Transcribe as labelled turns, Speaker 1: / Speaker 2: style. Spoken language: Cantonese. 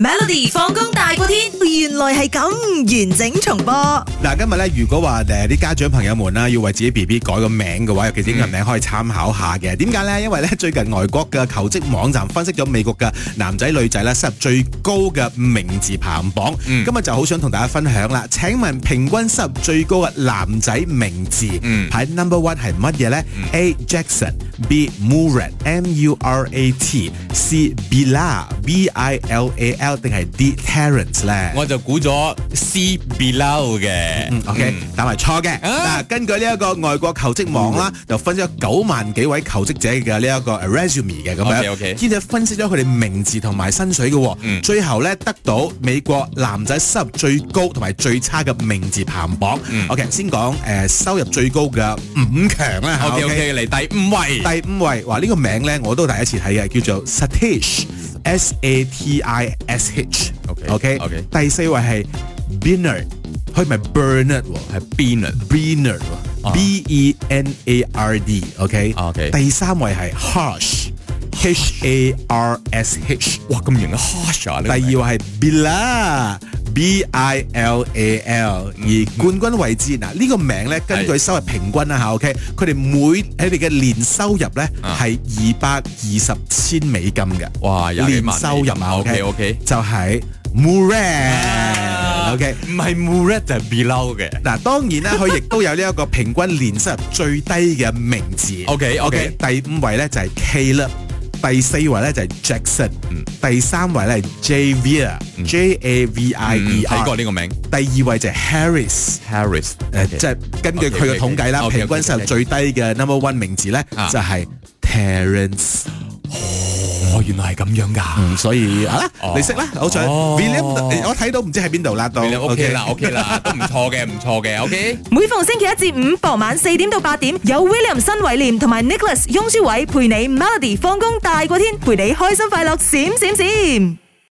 Speaker 1: Melody 放工大過天，原來係咁完整重播。
Speaker 2: 嗱，今日咧，如果話呃誒啲家長朋友們啦，要為自己 B B 改個名嘅話，尤其是英文名可以參考下嘅。點解呢？因為咧最近外國嘅求職網站分析咗美國嘅男仔女仔咧，收入最高嘅名字排行榜。
Speaker 3: 嗯
Speaker 2: 今日就好想同大家分享啦。請問平均收入最高嘅男仔名字、
Speaker 3: 嗯
Speaker 2: 排 number one 係乜嘢呢 a Jackson，B Murat，M U R A T，C Bilal，B I L A L，定係 D Terence 咧？
Speaker 3: 我就估咗 C below 嘅。
Speaker 2: 嗯，OK，打埋錯嘅。
Speaker 3: 啊嗯
Speaker 2: 嗱，根據呢一個外國求職網啦，就分析咗九萬幾位求職者嘅呢一個呃 resume 嘅咁樣，
Speaker 3: OK，OK
Speaker 2: 兼且分析咗佢哋名字同埋薪水嘅喎。
Speaker 3: 嗯
Speaker 2: 最後咧得到美國男仔收入最高同埋最差嘅名字排行榜
Speaker 3: 嗯。
Speaker 2: OK，先講誒收入最高嘅五強啦。嚇
Speaker 3: OK
Speaker 2: ，OK
Speaker 3: OK，嚟第五位。
Speaker 2: 第五位，哇！呢、個名咧我都第一次睇嘅，叫做 Satish，S A T I S H。
Speaker 3: OK，
Speaker 2: OK
Speaker 3: OK
Speaker 2: 第四位係 Binner，佢唔係 Bernard 喎，係
Speaker 3: Bernard
Speaker 2: Binner
Speaker 3: 啊
Speaker 2: 喎，B E N A R D。OK。
Speaker 3: OK
Speaker 2: 第三位係 Harsh，H A R S H。
Speaker 3: 哇，咁型嘅 Hush 啊！
Speaker 2: 第二位係 Bila，B I L A L，而冠軍位置嗱呢個名咧，根據
Speaker 3: 係
Speaker 2: 收入平均啦嚇，OK，佢哋每佢哋嘅年收入咧
Speaker 3: 啊
Speaker 2: 係二百二十千美金嘅，
Speaker 3: 哇廿幾
Speaker 2: 年
Speaker 3: 萬
Speaker 2: 收入啊，OK
Speaker 3: OK，OK
Speaker 2: 就係 Murat，OK。
Speaker 3: 唔係 Murat 就係 below 嘅。
Speaker 2: 嗱，當然啦，佢亦都有呢一個平均年收入最低嘅名字。
Speaker 3: OK，OK
Speaker 2: 第五位咧就係 Caleb，第四位咧就係 Jackson，、
Speaker 3: 嗯
Speaker 2: 第三位咧係 Javier、J A V I
Speaker 3: 嗯
Speaker 2: E
Speaker 3: 睇
Speaker 2: R，、
Speaker 3: 過呢個名
Speaker 2: 第二位就係 Harris。
Speaker 3: Harris，
Speaker 2: 誒，即係根據佢嘅統計啦，
Speaker 3: OK，OK，OK，
Speaker 2: 平均收入最低嘅 number one 名字咧
Speaker 3: 啊
Speaker 2: 就係 Terence。
Speaker 3: 哦，原來係咁樣㗎。
Speaker 2: 嗯，所以啊
Speaker 3: 哦，
Speaker 2: 你識啦，好彩。
Speaker 3: 哦
Speaker 2: William，我睇到唔知喺邊度啦，到
Speaker 3: OK 啦，OK 啦，都唔錯嘅，唔錯嘅，OK。
Speaker 1: 每逢星期一至五傍晚四點到八點，有 William 新偉廉同埋 Nicholas 雍舒偉陪你 Melody 放工大過天，陪你開心快樂閃閃閃。